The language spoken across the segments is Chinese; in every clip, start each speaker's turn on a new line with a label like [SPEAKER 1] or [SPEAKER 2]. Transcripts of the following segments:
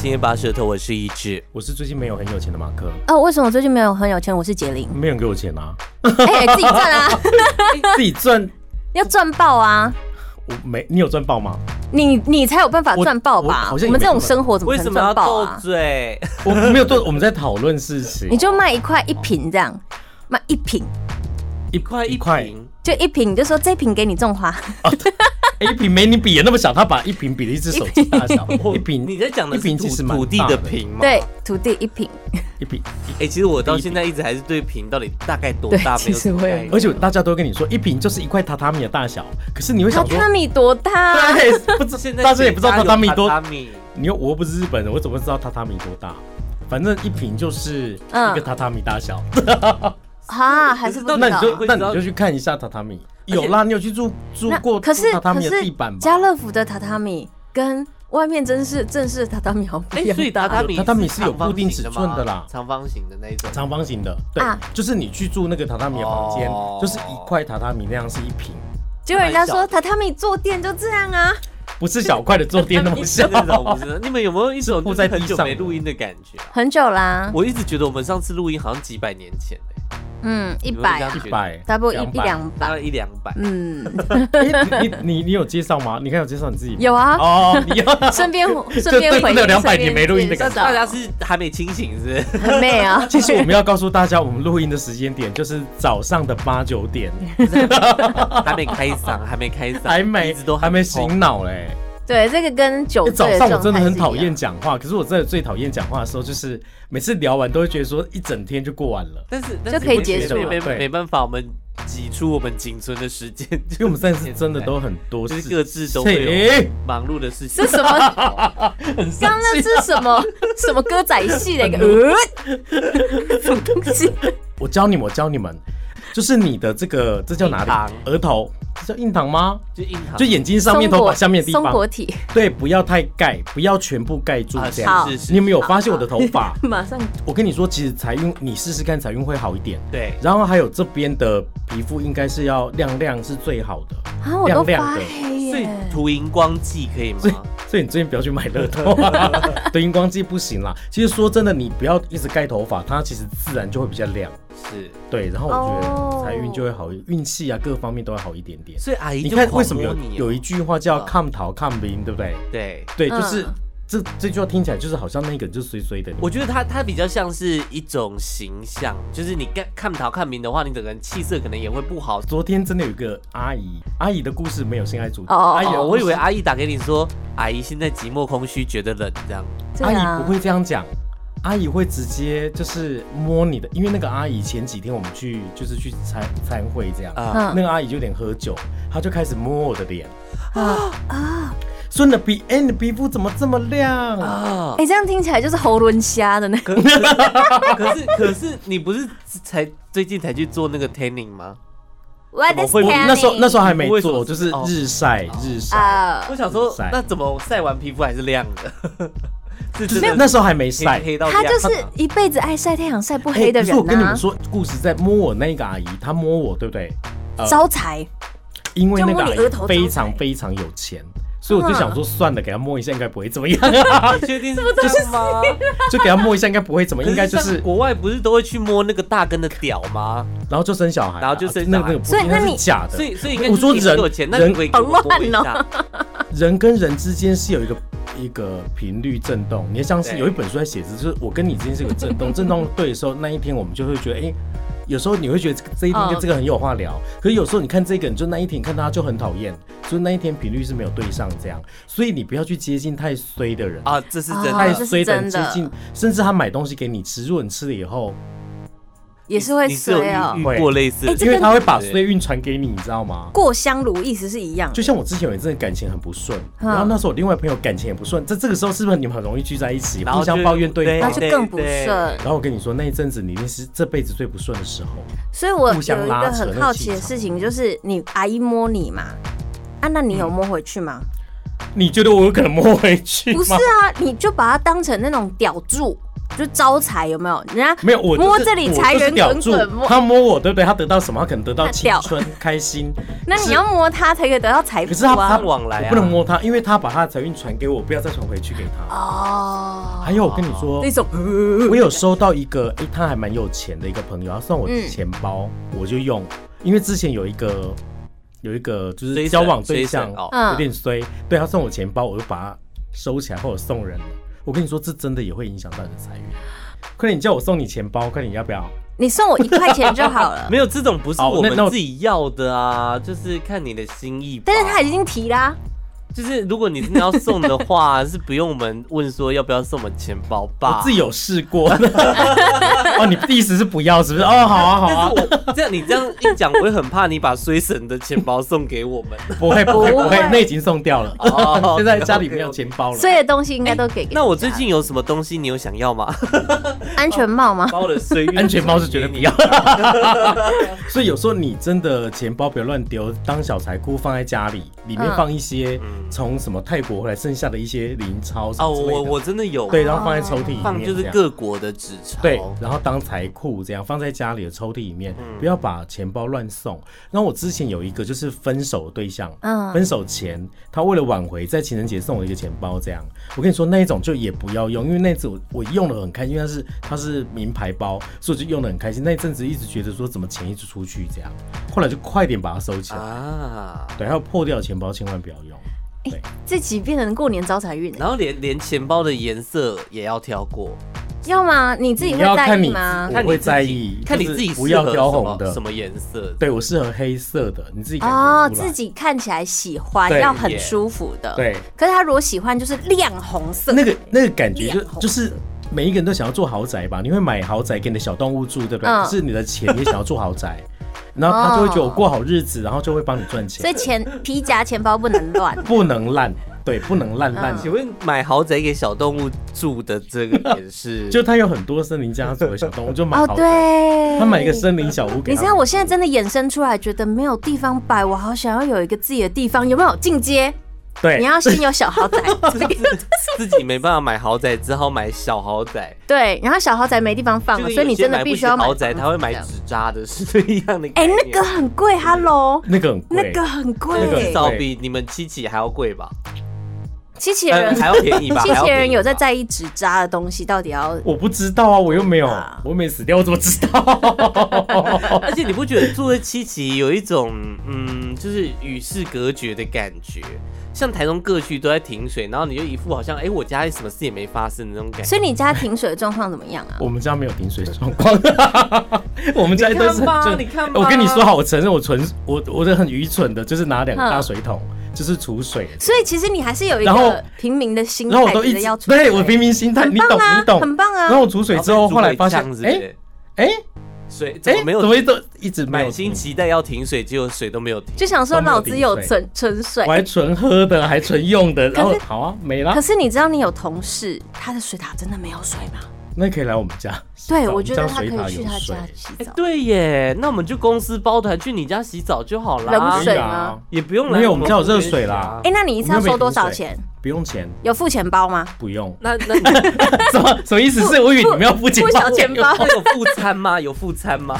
[SPEAKER 1] 今天拔舌头，我是一志。
[SPEAKER 2] 我是最近没有很有钱的马克，，
[SPEAKER 3] 哦，为什么我最近没有很有钱？我是杰林
[SPEAKER 2] 没有人给我钱啊，
[SPEAKER 3] 哎、自己赚啊，
[SPEAKER 2] 自己赚，
[SPEAKER 3] 要赚爆啊！
[SPEAKER 2] 我没，你有赚爆吗？
[SPEAKER 3] 你你才有办法赚爆
[SPEAKER 2] 我
[SPEAKER 3] 吧？
[SPEAKER 2] 我好
[SPEAKER 3] 我
[SPEAKER 2] 像也
[SPEAKER 3] 们这
[SPEAKER 2] 没
[SPEAKER 3] 种
[SPEAKER 2] 办法
[SPEAKER 3] 生活怎么
[SPEAKER 1] 为
[SPEAKER 3] 可
[SPEAKER 1] 什
[SPEAKER 3] 能
[SPEAKER 1] 么要
[SPEAKER 3] 赚爆
[SPEAKER 1] 斗
[SPEAKER 3] 啊？
[SPEAKER 1] 嘴？
[SPEAKER 2] 我没有做，我们在讨论事情
[SPEAKER 3] 你，就卖一块一瓶这样，卖一瓶
[SPEAKER 2] 一
[SPEAKER 1] 快一
[SPEAKER 2] 块，
[SPEAKER 1] 瓶，
[SPEAKER 3] 就一瓶，你就说这瓶给你种花，
[SPEAKER 2] 哎一瓶没你比的那么小，他把一瓶比了一只手机大小，一瓶
[SPEAKER 1] 你在讲的
[SPEAKER 2] 一
[SPEAKER 1] 是
[SPEAKER 2] 瓶
[SPEAKER 1] 土
[SPEAKER 2] 其实蛮
[SPEAKER 1] 土地
[SPEAKER 2] 大
[SPEAKER 1] 的，平吗？。
[SPEAKER 3] 对，土地一瓶，
[SPEAKER 2] 一瓶，
[SPEAKER 1] 哎，其实我到现在一直还是对平到底大概多
[SPEAKER 3] 对
[SPEAKER 1] 大没
[SPEAKER 3] 其
[SPEAKER 1] 有
[SPEAKER 3] 实
[SPEAKER 1] 什么
[SPEAKER 3] 我也
[SPEAKER 1] 概念
[SPEAKER 2] 而且大家都跟你说一瓶就是一块榻榻米的大小，可是你会
[SPEAKER 3] 榻
[SPEAKER 2] 想说，
[SPEAKER 3] 榻米多大？
[SPEAKER 2] 对，啊不知
[SPEAKER 1] 现在
[SPEAKER 2] 大家也不知道榻榻米多
[SPEAKER 1] 有榻榻米
[SPEAKER 2] 你又我又不是日本人，我怎么会知道榻榻米多大？反正一瓶就是一
[SPEAKER 3] 嗯
[SPEAKER 2] 个榻榻米大小，
[SPEAKER 3] 啊，还是不
[SPEAKER 2] 那
[SPEAKER 3] 知
[SPEAKER 2] 你
[SPEAKER 3] 道。
[SPEAKER 2] 就
[SPEAKER 1] 会知
[SPEAKER 2] 那
[SPEAKER 1] 道
[SPEAKER 2] 你就去看一下榻榻米。有啦，你有去住住过
[SPEAKER 3] 可是
[SPEAKER 2] 住榻榻
[SPEAKER 3] 可
[SPEAKER 2] 米的
[SPEAKER 3] 是
[SPEAKER 2] 地板吧？
[SPEAKER 3] 家乐福的榻榻米跟外面真是正式的榻榻米好不
[SPEAKER 1] 哎
[SPEAKER 3] 一，样
[SPEAKER 1] 所以榻榻米
[SPEAKER 2] 榻榻米是有
[SPEAKER 1] 长方
[SPEAKER 2] 固定
[SPEAKER 1] 形
[SPEAKER 2] 尺寸
[SPEAKER 1] 吗
[SPEAKER 2] 的啦
[SPEAKER 1] 长方形的那一种。
[SPEAKER 2] 长方形的，对，
[SPEAKER 3] 啊
[SPEAKER 2] 就是你去住那个榻榻米的房间，
[SPEAKER 1] 哦
[SPEAKER 2] 就是一块榻榻米那样是一平，
[SPEAKER 3] 结果人家说
[SPEAKER 1] 蛮
[SPEAKER 3] 榻榻米坐垫就这样啊，
[SPEAKER 2] 不是小块的 坐垫那么 小
[SPEAKER 1] 。那种不是？你们有没有一种
[SPEAKER 2] 铺
[SPEAKER 1] 就
[SPEAKER 2] 在
[SPEAKER 1] 是
[SPEAKER 2] 地
[SPEAKER 1] 很久
[SPEAKER 2] 上
[SPEAKER 1] 没
[SPEAKER 2] 的
[SPEAKER 1] 录音的感觉啊？
[SPEAKER 3] 很久啦，
[SPEAKER 1] 我一直觉得我们上次录音好像几百年前欸
[SPEAKER 3] 嗯，一
[SPEAKER 1] 你们
[SPEAKER 3] 百
[SPEAKER 1] 这样
[SPEAKER 3] 啊，
[SPEAKER 1] 觉得
[SPEAKER 2] 百哎
[SPEAKER 3] 差不多一
[SPEAKER 2] 200
[SPEAKER 3] 一两
[SPEAKER 1] 大
[SPEAKER 3] 百，
[SPEAKER 1] 概一两百。
[SPEAKER 3] 嗯，
[SPEAKER 2] 哎你你你有介绍吗？你看有介绍你自己吗？
[SPEAKER 3] 有 啊，
[SPEAKER 2] 哦，你要
[SPEAKER 3] 顺便顺
[SPEAKER 2] 对
[SPEAKER 3] 便
[SPEAKER 2] 不
[SPEAKER 3] 回
[SPEAKER 2] 能
[SPEAKER 3] 应
[SPEAKER 2] 200
[SPEAKER 3] 顺便
[SPEAKER 2] 年没录音的感觉，
[SPEAKER 3] 介绍
[SPEAKER 1] 大家是还没清醒是不是？
[SPEAKER 3] 很美啊
[SPEAKER 2] 其实我们要告诉大家，我们录音的时间点就是早上的八九 点，
[SPEAKER 1] 还没开嗓，还没开嗓，
[SPEAKER 2] 还没
[SPEAKER 1] 一直都
[SPEAKER 2] 还没
[SPEAKER 1] 通
[SPEAKER 2] 醒脑嘞。
[SPEAKER 3] 对，这个跟酒
[SPEAKER 2] 欸
[SPEAKER 3] 醉
[SPEAKER 2] 早
[SPEAKER 3] 的
[SPEAKER 2] 上
[SPEAKER 3] 哦状
[SPEAKER 2] 我真的
[SPEAKER 3] 态
[SPEAKER 2] 很
[SPEAKER 3] 是一
[SPEAKER 2] 讨厌
[SPEAKER 3] 样，
[SPEAKER 2] 讲话，可是我真的最讨厌讲话的时候，就是每次聊完都会觉得说一整天就过完了，
[SPEAKER 1] 但是
[SPEAKER 3] 就可以结
[SPEAKER 2] 束了
[SPEAKER 1] 没没
[SPEAKER 2] 对
[SPEAKER 1] 没办法，我们挤出我们仅存的时间，因
[SPEAKER 2] 因为我们三是真的都很多
[SPEAKER 1] 就
[SPEAKER 2] 事，
[SPEAKER 1] 是各自都会有
[SPEAKER 2] 欸
[SPEAKER 1] 忙碌的事情。
[SPEAKER 3] 是 什么？刚刚那是什么什么歌仔戏的一个呃，什么东西？
[SPEAKER 2] 我教你们，我教你们，就是你的这个这叫哪
[SPEAKER 1] 印堂
[SPEAKER 2] 里？额头，这叫印堂吗？
[SPEAKER 1] 就硬糖，
[SPEAKER 2] 就眼睛 上面、
[SPEAKER 3] 松
[SPEAKER 2] 头
[SPEAKER 3] 果
[SPEAKER 2] 发下面的地
[SPEAKER 3] 松
[SPEAKER 2] 方
[SPEAKER 3] 果，体，
[SPEAKER 2] 对，不要太盖，不要全部盖住
[SPEAKER 1] 啊
[SPEAKER 2] 这样。
[SPEAKER 1] 是是是，
[SPEAKER 2] 你有没有发现我的头发？
[SPEAKER 3] 马上
[SPEAKER 2] 我跟你说，其实财运，你试试看，财运会好一点。
[SPEAKER 1] 对，
[SPEAKER 2] 然后还有这边的皮肤应该是要亮亮是最好的，
[SPEAKER 3] 啊，我都
[SPEAKER 2] 亮亮
[SPEAKER 3] 发
[SPEAKER 2] 的
[SPEAKER 3] 黑
[SPEAKER 1] 所以
[SPEAKER 3] 耶，
[SPEAKER 1] 涂荧光剂可以
[SPEAKER 2] 所以
[SPEAKER 1] 吗？
[SPEAKER 2] 所以你最近不要去买乐透、 啊，对荧光剂不行啦。其实说真的，你不要一直盖头发，它其实自然就会比较亮。
[SPEAKER 1] 是，
[SPEAKER 2] 对，然后我觉
[SPEAKER 3] 哦
[SPEAKER 2] 得财运就会好，运气啊各方面都会好一点点。
[SPEAKER 1] 所以阿姨
[SPEAKER 2] 你
[SPEAKER 1] 哦就
[SPEAKER 2] 看为
[SPEAKER 1] 狂
[SPEAKER 2] 什么有
[SPEAKER 1] 摸你哦
[SPEAKER 2] 有一句话叫
[SPEAKER 1] 嗯
[SPEAKER 2] “抗逃抗兵”，对不对？
[SPEAKER 1] 对。
[SPEAKER 2] 对，就是、
[SPEAKER 3] 嗯
[SPEAKER 2] 这这句话听起来就是好像那个人就衰衰的。
[SPEAKER 1] 我觉得他他比较像是一种形象，就是你看看不到看明的话，你整个人气色可能也会不好。
[SPEAKER 2] 昨天真的有一个阿姨，阿姨的故事没有性爱主题，
[SPEAKER 3] 哦哦哦
[SPEAKER 2] 阿姨的
[SPEAKER 1] 哦，
[SPEAKER 2] 故事
[SPEAKER 1] 我以为阿姨打给你说，阿姨现在寂寞空虚，觉得冷这样。
[SPEAKER 3] 对
[SPEAKER 2] 阿
[SPEAKER 3] 啊
[SPEAKER 2] 姨不会这样讲，阿姨会直接就是摸你的，因为那个阿姨前几天我们去就是去参参会这样，
[SPEAKER 1] 啊、
[SPEAKER 3] 嗯
[SPEAKER 2] 那个阿姨就有点喝酒，她就开始摸我的脸，
[SPEAKER 3] 啊，
[SPEAKER 2] 说你的皮，哎、你的皮肤怎么这么亮？哦
[SPEAKER 1] 啊！
[SPEAKER 3] 哎，这样听起来就是喉咙瞎的那
[SPEAKER 1] 可可是可是你不是才最近才去做那个 tanning 吗？
[SPEAKER 3] What
[SPEAKER 1] 么
[SPEAKER 3] is
[SPEAKER 1] 会
[SPEAKER 3] tanning？
[SPEAKER 1] 我
[SPEAKER 2] 那时候那时候还没
[SPEAKER 1] 不会
[SPEAKER 2] 做，
[SPEAKER 1] 说
[SPEAKER 2] 就是
[SPEAKER 1] 哦
[SPEAKER 2] 日晒、日晒。
[SPEAKER 3] 啊
[SPEAKER 1] 我，想说
[SPEAKER 2] 晒，
[SPEAKER 1] 那怎么晒完皮肤还是亮的？ 是真的
[SPEAKER 2] 那时候还没
[SPEAKER 1] 黑
[SPEAKER 2] 晒，
[SPEAKER 1] 黑到
[SPEAKER 3] 他
[SPEAKER 1] 亮
[SPEAKER 3] 就是 一辈子爱晒太阳晒不黑的
[SPEAKER 2] 哎可是我
[SPEAKER 3] 人啊
[SPEAKER 2] 跟你们
[SPEAKER 3] 呐，
[SPEAKER 2] 说，故事在摸我那个阿姨，她摸我，对不对？呃
[SPEAKER 3] 招财
[SPEAKER 2] 因为那个
[SPEAKER 3] 就摸
[SPEAKER 2] 阿
[SPEAKER 3] 你额头
[SPEAKER 2] 姨非常非常有钱，所以我就想说，算了，给她摸一下应该不会怎么样，
[SPEAKER 1] 啊你确定是这样吗？
[SPEAKER 2] 就给她摸一下应该不会怎么，
[SPEAKER 1] 可
[SPEAKER 2] 应该就
[SPEAKER 1] 像
[SPEAKER 2] 是，
[SPEAKER 1] 国外不是都会去摸那个大根的屌吗？
[SPEAKER 2] 然后就生小孩啊，
[SPEAKER 1] 然后就生小孩
[SPEAKER 2] 那个那个不
[SPEAKER 3] 所以
[SPEAKER 2] 应该
[SPEAKER 3] 那
[SPEAKER 2] 是
[SPEAKER 3] 你
[SPEAKER 2] 假
[SPEAKER 1] 所
[SPEAKER 2] 的，
[SPEAKER 1] 以所以应该
[SPEAKER 2] 我
[SPEAKER 1] 就是
[SPEAKER 2] 说
[SPEAKER 1] 你
[SPEAKER 2] 人
[SPEAKER 1] 给我钱，那你
[SPEAKER 2] 人
[SPEAKER 1] 可以给我摸一
[SPEAKER 3] 好
[SPEAKER 1] 下
[SPEAKER 3] 乱。哦
[SPEAKER 2] 人跟人之间是有一个一个频率震动，你要相信
[SPEAKER 1] 对
[SPEAKER 2] 有一本书在写字，就是我跟你之间是有个震动，震动对的时候，那一天我们就会觉得，哎、有时候你会觉得这个这一天
[SPEAKER 3] 嗯
[SPEAKER 2] 跟这个很有话聊，可是有时候你看这个人，就那一天你看到他就很讨厌，所以那一天频率是没有对上这样，所以你不要去接近太衰的人，
[SPEAKER 1] 啊，这是真
[SPEAKER 3] 啊
[SPEAKER 2] 太
[SPEAKER 1] 的。
[SPEAKER 3] 这是
[SPEAKER 2] 衰的人
[SPEAKER 3] 真
[SPEAKER 2] 接
[SPEAKER 3] 的
[SPEAKER 2] 近，甚至他买东西给你吃，如果你吃了以后，
[SPEAKER 3] 也是会
[SPEAKER 1] 你是有
[SPEAKER 3] 衰哦
[SPEAKER 1] 遇。遇过类似的
[SPEAKER 3] 哎这
[SPEAKER 2] 因
[SPEAKER 3] 个
[SPEAKER 2] 为他会把
[SPEAKER 1] 对
[SPEAKER 2] 衰运传给你，你知道吗？
[SPEAKER 3] 过香炉意思是一样的，
[SPEAKER 2] 就像我之前有一阵感情很不顺，
[SPEAKER 3] 嗯
[SPEAKER 2] 然后那时候我另外朋友感情也不顺，在这个时候是不是你们很容易聚在一起，
[SPEAKER 1] 然后
[SPEAKER 2] 互相
[SPEAKER 1] 就
[SPEAKER 2] 抱怨对
[SPEAKER 1] 对
[SPEAKER 2] 方
[SPEAKER 3] 然后？就更不顺。
[SPEAKER 2] 然后我跟你说，那一阵子你一定是这辈子最不顺的时候。
[SPEAKER 3] 所以我有
[SPEAKER 2] 互
[SPEAKER 3] 一
[SPEAKER 2] 相拉
[SPEAKER 3] 个
[SPEAKER 2] 扯
[SPEAKER 3] 很
[SPEAKER 2] 那
[SPEAKER 3] 好
[SPEAKER 2] 气
[SPEAKER 3] 奇的
[SPEAKER 2] 场
[SPEAKER 3] 事情，就是你阿姨摸你嘛，啊，那你有摸回去吗？
[SPEAKER 2] 你觉得我有可能摸回去吗？
[SPEAKER 3] 不是啊，你就把它当成那种屌柱，就招财有没有？人家
[SPEAKER 2] 没有我就是、
[SPEAKER 3] 摸这里财源滚滚
[SPEAKER 2] 我就是屌住
[SPEAKER 3] 摸
[SPEAKER 2] 他摸我对不对？他得到什么？他可能得到
[SPEAKER 3] 他
[SPEAKER 2] 青
[SPEAKER 3] 屌
[SPEAKER 2] 春、开心。
[SPEAKER 3] 那你要摸它才可以得到财
[SPEAKER 2] 可
[SPEAKER 3] 富
[SPEAKER 2] 是他他
[SPEAKER 3] 啊。
[SPEAKER 1] 往来啊
[SPEAKER 2] 我不能摸他，因为他把他的财运传给我，不要再传回去给他。
[SPEAKER 3] 哦，
[SPEAKER 2] 还有我跟你说
[SPEAKER 3] 那，种，
[SPEAKER 2] 我有收到一个，哎、他还蛮有钱的一个朋友，他送我
[SPEAKER 3] 嗯
[SPEAKER 2] 钱包，我就用，因为之前有一个有一个就
[SPEAKER 1] 追
[SPEAKER 2] 是
[SPEAKER 1] 神
[SPEAKER 2] 交往对
[SPEAKER 1] 追
[SPEAKER 2] 象
[SPEAKER 1] 神哦
[SPEAKER 3] 嗯
[SPEAKER 2] 有点衰，对他送我钱包，我就把它收起来或者送人了。我跟你说，这真的也会影响到你的财运。快点，你叫我送你钱包，快点，你要不要？
[SPEAKER 3] 你送我一块钱就好了。
[SPEAKER 1] 没有这种不是
[SPEAKER 2] 好
[SPEAKER 1] 我
[SPEAKER 2] 那
[SPEAKER 1] 们
[SPEAKER 2] 那我
[SPEAKER 1] 自己要的啊，就是看你的心意吧。
[SPEAKER 3] 但是他已经提啦、
[SPEAKER 1] 就是如果你真的要送的话，是不用我们问说要不要送我们钱包吧
[SPEAKER 2] 我自。己有试过。 哦，你的意思是不要是不是？哦，好啊，好
[SPEAKER 1] 但
[SPEAKER 2] 啊
[SPEAKER 1] 是， 我这样你这样一讲，我会很怕你把衰神的钱包送给我 们。
[SPEAKER 2] 不会不会
[SPEAKER 3] 不
[SPEAKER 2] 不
[SPEAKER 3] 会
[SPEAKER 2] 会，那已经送掉了。
[SPEAKER 1] 哦
[SPEAKER 2] 现在家里没有钱包了。
[SPEAKER 3] 所以的东西应该都给给人家、
[SPEAKER 1] 那我最近有什么东西你有想要吗？
[SPEAKER 3] 安全帽吗？
[SPEAKER 1] 把我的衰 运
[SPEAKER 2] 安全包是绝对不要
[SPEAKER 1] 送给你。
[SPEAKER 2] 所以有时候你真的钱包不要乱丢，当小财库放在家里，里面
[SPEAKER 3] 嗯
[SPEAKER 2] 放一些
[SPEAKER 1] 嗯
[SPEAKER 2] 从什么泰国回来剩下的一些零钞什
[SPEAKER 1] 哦，
[SPEAKER 2] 么之类的
[SPEAKER 1] 我我真的有
[SPEAKER 2] 对，然后放在抽屉里面，
[SPEAKER 1] 放就是
[SPEAKER 2] 这样
[SPEAKER 1] 各国的纸钞。
[SPEAKER 2] 对，然后当财库这样放在家里的抽屉里面，不要把钱包乱送。然后我之前有一个就是分手的对象，
[SPEAKER 3] 嗯
[SPEAKER 2] 分手前他为了挽回，在情人节送我一个钱包，这样我跟你说那一种就也不要用，因为那次我我用的很开心，因为它是它是名牌包，所以我就用的很开心。那一阵子一直觉得说怎么钱一直出去这样，后来就快点把它收
[SPEAKER 3] 嗯
[SPEAKER 2] 起来。
[SPEAKER 1] 啊，
[SPEAKER 2] 对，还有破掉的钱包千万不要用。对，
[SPEAKER 3] 这集变成过年招财运了，
[SPEAKER 1] 然后连连钱包的颜色也要挑过，
[SPEAKER 3] 要吗？你自己
[SPEAKER 2] 你
[SPEAKER 3] 会
[SPEAKER 2] 要
[SPEAKER 3] 在
[SPEAKER 2] 看
[SPEAKER 3] 意
[SPEAKER 2] 你
[SPEAKER 3] 吗
[SPEAKER 2] 自我？
[SPEAKER 1] 看你
[SPEAKER 2] 会
[SPEAKER 1] 自己
[SPEAKER 2] 在意
[SPEAKER 1] 看你
[SPEAKER 2] 就是
[SPEAKER 1] 自己
[SPEAKER 2] 不
[SPEAKER 1] 适
[SPEAKER 2] 要
[SPEAKER 1] 合
[SPEAKER 2] 挑
[SPEAKER 1] 什
[SPEAKER 2] 红
[SPEAKER 1] 么
[SPEAKER 2] 的
[SPEAKER 1] 什么颜色。
[SPEAKER 2] 对我适合黑色的，你自己感觉
[SPEAKER 3] 哦，
[SPEAKER 2] 出来
[SPEAKER 3] 自己看起来喜欢，
[SPEAKER 2] 对
[SPEAKER 3] 要很
[SPEAKER 1] 耶
[SPEAKER 3] 舒服的。
[SPEAKER 2] 对。
[SPEAKER 3] 可是他如果喜欢，就是亮红色。
[SPEAKER 2] 那个那个感觉就
[SPEAKER 3] 亮红
[SPEAKER 2] 就是每一个人都想要做豪宅吧？你会买豪宅给你的小动物住，对不对？
[SPEAKER 3] 嗯
[SPEAKER 2] 可是你的钱也想要做豪宅， 然后他就会觉得我过好日子，然后就会帮你赚钱
[SPEAKER 3] 所以，钱皮夹钱包不能乱。
[SPEAKER 2] 不能烂，对，不能烂烂。
[SPEAKER 3] 嗯
[SPEAKER 1] 请问买豪宅给小动物住的这个也 是
[SPEAKER 2] 就他有很多森林家族的小动物，就买
[SPEAKER 3] 哦，
[SPEAKER 2] 豪宅，
[SPEAKER 3] 对，
[SPEAKER 2] 他买一个。森林小屋给
[SPEAKER 3] 你知
[SPEAKER 2] 他
[SPEAKER 3] 道。我现在真的衍生出来，觉得没有地方摆，我好想要有一个自己的地方，有没有进阶？你
[SPEAKER 2] 对，
[SPEAKER 3] 要先有小豪宅，
[SPEAKER 1] 自己没办法买豪宅，只好买小豪宅。
[SPEAKER 3] 对，然后小豪宅没地方放
[SPEAKER 1] 就
[SPEAKER 3] 了，
[SPEAKER 1] 是
[SPEAKER 3] 所以你
[SPEAKER 1] 有些
[SPEAKER 3] 真的
[SPEAKER 1] 买不
[SPEAKER 3] 必
[SPEAKER 1] 起
[SPEAKER 3] 须要买
[SPEAKER 1] 豪宅，
[SPEAKER 3] 房
[SPEAKER 1] 他会买
[SPEAKER 3] 子这样
[SPEAKER 1] 纸扎的，是一样的概
[SPEAKER 3] 哎，
[SPEAKER 1] 念。
[SPEAKER 3] 那个很贵，Hello，
[SPEAKER 2] 那个很
[SPEAKER 3] 那
[SPEAKER 2] 贵
[SPEAKER 3] 个，很
[SPEAKER 2] 那个
[SPEAKER 1] 至
[SPEAKER 3] 贵
[SPEAKER 2] 很高。
[SPEAKER 1] 少比你们七七还要贵吧？
[SPEAKER 3] 机器
[SPEAKER 1] 呃
[SPEAKER 3] 人，
[SPEAKER 1] 还要便宜吧？
[SPEAKER 3] 机
[SPEAKER 1] 还要
[SPEAKER 3] 器
[SPEAKER 1] 便
[SPEAKER 3] 人
[SPEAKER 1] 宜
[SPEAKER 3] 有在
[SPEAKER 1] 吧
[SPEAKER 3] 在意纸扎的东西到底要？
[SPEAKER 2] 我不知道啊，我又没有
[SPEAKER 3] 啊，
[SPEAKER 2] 我没死掉，我怎么知道？
[SPEAKER 1] 哦而且你不觉得住在七期有一种嗯，就是与世隔绝的感觉？像台中各区都在停水，然后你就一副好像哎、我家里什么事也没发生的那种感觉。
[SPEAKER 3] 所以你家停水的状况怎么样啊？
[SPEAKER 2] 我们家没有停水状况， 我们家都是
[SPEAKER 1] 你看吧
[SPEAKER 2] 很正
[SPEAKER 1] 你看吧
[SPEAKER 2] 我跟你说好，我承认我纯我我是很愚蠢的，就是拿两个大水桶就是储水，
[SPEAKER 3] 所以其实你还是有一
[SPEAKER 2] 然后
[SPEAKER 3] 个平民的心态，
[SPEAKER 2] 然后我都一
[SPEAKER 3] 觉得要
[SPEAKER 2] 直
[SPEAKER 3] 出来
[SPEAKER 2] 对我平民心态，
[SPEAKER 3] 很
[SPEAKER 2] 你
[SPEAKER 3] 棒
[SPEAKER 2] 懂
[SPEAKER 3] 啊
[SPEAKER 2] 你懂，
[SPEAKER 3] 很棒啊
[SPEAKER 2] 然后我储水之后，
[SPEAKER 1] 哦被
[SPEAKER 2] 后来发
[SPEAKER 1] 煮
[SPEAKER 2] 现
[SPEAKER 1] 鬼这样子
[SPEAKER 2] 哎
[SPEAKER 1] 的
[SPEAKER 2] 哎
[SPEAKER 1] 水怎
[SPEAKER 2] 哎，
[SPEAKER 1] 么没有
[SPEAKER 2] 怎么一直一直没有
[SPEAKER 1] 满
[SPEAKER 2] 停
[SPEAKER 1] 心？期待要停水，结果水都没有停。
[SPEAKER 3] 就想说
[SPEAKER 2] 都没有
[SPEAKER 3] 老子有
[SPEAKER 2] 停水
[SPEAKER 3] 存存水
[SPEAKER 2] 我，还纯喝的，还纯用的，然后
[SPEAKER 3] 可是
[SPEAKER 2] 好啊，没啦
[SPEAKER 3] 可，是你知道你有同事，他的水塔真的没有水吗？
[SPEAKER 2] 那可以来我们家洗澡。
[SPEAKER 3] 对，我觉得
[SPEAKER 2] 们
[SPEAKER 3] 他可
[SPEAKER 2] 水塔
[SPEAKER 3] 以去
[SPEAKER 2] 有
[SPEAKER 3] 他
[SPEAKER 2] 水
[SPEAKER 3] 家洗
[SPEAKER 1] 哎、
[SPEAKER 3] 澡。
[SPEAKER 1] 对耶，那我们就公司包团去你家洗澡就好啦，
[SPEAKER 3] 冷水
[SPEAKER 2] 可以啊
[SPEAKER 3] 吗，
[SPEAKER 1] 也不用来
[SPEAKER 2] 没有
[SPEAKER 1] 们
[SPEAKER 2] 我们家有热
[SPEAKER 1] 这边
[SPEAKER 2] 水
[SPEAKER 1] 洗啊。
[SPEAKER 2] 啦
[SPEAKER 3] 哎，那你一次要收多少
[SPEAKER 2] 我
[SPEAKER 3] 钱？
[SPEAKER 2] 不用钱，
[SPEAKER 3] 有付钱包吗？
[SPEAKER 2] 不用
[SPEAKER 1] 那那你
[SPEAKER 2] 什么什么意思？是我以为你们要付钱
[SPEAKER 3] 付
[SPEAKER 2] 包，
[SPEAKER 3] 小钱包
[SPEAKER 1] 那哦有副餐吗？ 有副餐 吗？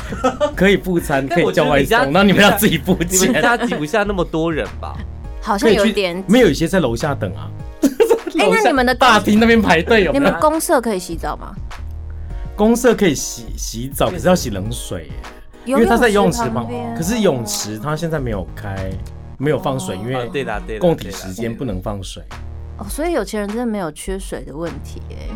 [SPEAKER 2] 可以付餐，
[SPEAKER 1] 但
[SPEAKER 2] 可以
[SPEAKER 1] 我
[SPEAKER 2] 叫
[SPEAKER 1] 觉得
[SPEAKER 2] 外
[SPEAKER 1] 你家
[SPEAKER 2] 送，那你们要自己付
[SPEAKER 1] 你们
[SPEAKER 2] 钱。
[SPEAKER 1] 家挤不下那么多人吧？
[SPEAKER 3] 好
[SPEAKER 2] 可
[SPEAKER 3] 像
[SPEAKER 2] 以
[SPEAKER 3] 有
[SPEAKER 2] 去
[SPEAKER 3] 点。
[SPEAKER 2] 没有一些在楼下等啊。
[SPEAKER 3] 哎，
[SPEAKER 2] 楼
[SPEAKER 3] 那
[SPEAKER 2] 下
[SPEAKER 3] 你们的
[SPEAKER 2] 大
[SPEAKER 3] 公
[SPEAKER 2] 厅那边排队有
[SPEAKER 3] 你
[SPEAKER 2] 没
[SPEAKER 3] 们
[SPEAKER 2] 有？
[SPEAKER 3] 公社可以洗澡吗？
[SPEAKER 2] 公社可以洗洗澡，可是要洗冷水耶，因
[SPEAKER 3] 因
[SPEAKER 2] 为它在泳池旁
[SPEAKER 3] 边。啊
[SPEAKER 2] 可是泳池它现在没有开，没有放水，因
[SPEAKER 1] 啊，对
[SPEAKER 2] 为
[SPEAKER 1] 啦对啦，
[SPEAKER 2] 供体
[SPEAKER 1] 对啦
[SPEAKER 2] 时间不能放水。
[SPEAKER 3] 哦，所以有钱人真的没有缺水的问题哎。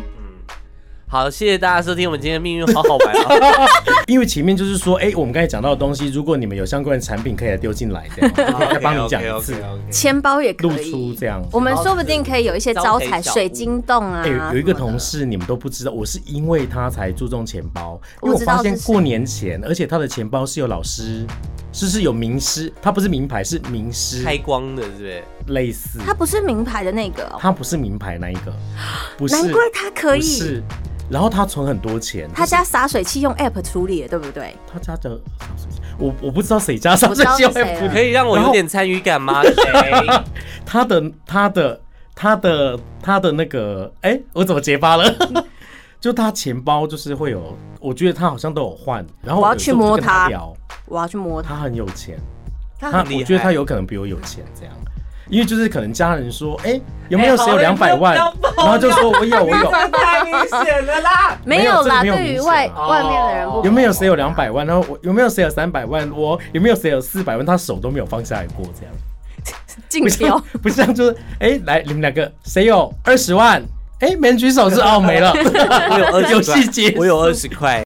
[SPEAKER 1] 好，谢谢大家收听我们今天的命运好好玩啊！
[SPEAKER 2] 因为前面就是说，哎，我们刚才讲到的东西，如果你们有相关的产品，可以来丢进来，这 样我可以再帮你讲一次
[SPEAKER 1] 哦 OK，OK，OK，OK
[SPEAKER 3] 钱包也可
[SPEAKER 2] 露出
[SPEAKER 3] 以
[SPEAKER 2] 这。样。
[SPEAKER 3] 我们说不定可以有一些招
[SPEAKER 1] 招财
[SPEAKER 3] 财
[SPEAKER 1] 小物
[SPEAKER 3] 水晶洞啊。
[SPEAKER 2] 哎、有一
[SPEAKER 3] 什么
[SPEAKER 2] 个
[SPEAKER 3] 的
[SPEAKER 2] 同事你们都不知道，我是因为他才注重钱包，因为
[SPEAKER 3] 我
[SPEAKER 2] 我
[SPEAKER 3] 知道
[SPEAKER 2] 发现
[SPEAKER 3] 是谁
[SPEAKER 2] 过年前，而且他的钱包是有老师，是是有名师，他不是名牌，是名师，
[SPEAKER 1] 开光的是不是？
[SPEAKER 2] 类似，
[SPEAKER 3] 他不是名牌的那个哦，
[SPEAKER 2] 他不是名牌那一个，不是，
[SPEAKER 3] 难怪他可
[SPEAKER 2] 不
[SPEAKER 3] 以。
[SPEAKER 2] 是，然后他存很多钱，
[SPEAKER 3] 他家洒水器用 App 处理的，对不对？
[SPEAKER 2] 他家的，我我不知道谁家上
[SPEAKER 3] 我知
[SPEAKER 2] 这
[SPEAKER 3] 道是
[SPEAKER 2] 些
[SPEAKER 3] 谁了
[SPEAKER 1] 可以让我有点参与感吗？谁？
[SPEAKER 2] 他的他的他的他的那个，哎、我怎么结巴了？ 就他钱包就是会有，我觉得他好像都有换，然后
[SPEAKER 3] 我要
[SPEAKER 2] 有
[SPEAKER 3] 去
[SPEAKER 2] 时候就
[SPEAKER 3] 摸
[SPEAKER 2] 跟
[SPEAKER 3] 他
[SPEAKER 2] 聊，
[SPEAKER 3] 我要去摸它。
[SPEAKER 2] 他很有钱。
[SPEAKER 1] 他
[SPEAKER 2] 他
[SPEAKER 1] 很厉害，
[SPEAKER 2] 我觉得他有可能比我有钱这样。因为就是可能家人说，哎、有没有谁有
[SPEAKER 1] 哎
[SPEAKER 2] 两百万？
[SPEAKER 1] 好了不要
[SPEAKER 2] 然后就说 哎我有我有，
[SPEAKER 1] 太明显了啦！
[SPEAKER 2] 没有
[SPEAKER 3] 没有啦，
[SPEAKER 2] 这个没有
[SPEAKER 3] 对于
[SPEAKER 2] 明显
[SPEAKER 3] 外
[SPEAKER 1] 哦
[SPEAKER 3] 外面的人不
[SPEAKER 2] 有没有谁有两百万？然后我有没有谁有三百万？我有没有谁有四百万？他手都没有放下来过，这样
[SPEAKER 3] 竞
[SPEAKER 2] 不
[SPEAKER 3] 标
[SPEAKER 2] 像。 不像就是哎、来你们两个谁有二十万？哎、没人举手是哦没了，
[SPEAKER 1] 我有二十，
[SPEAKER 2] 有细节
[SPEAKER 1] 我有二十块。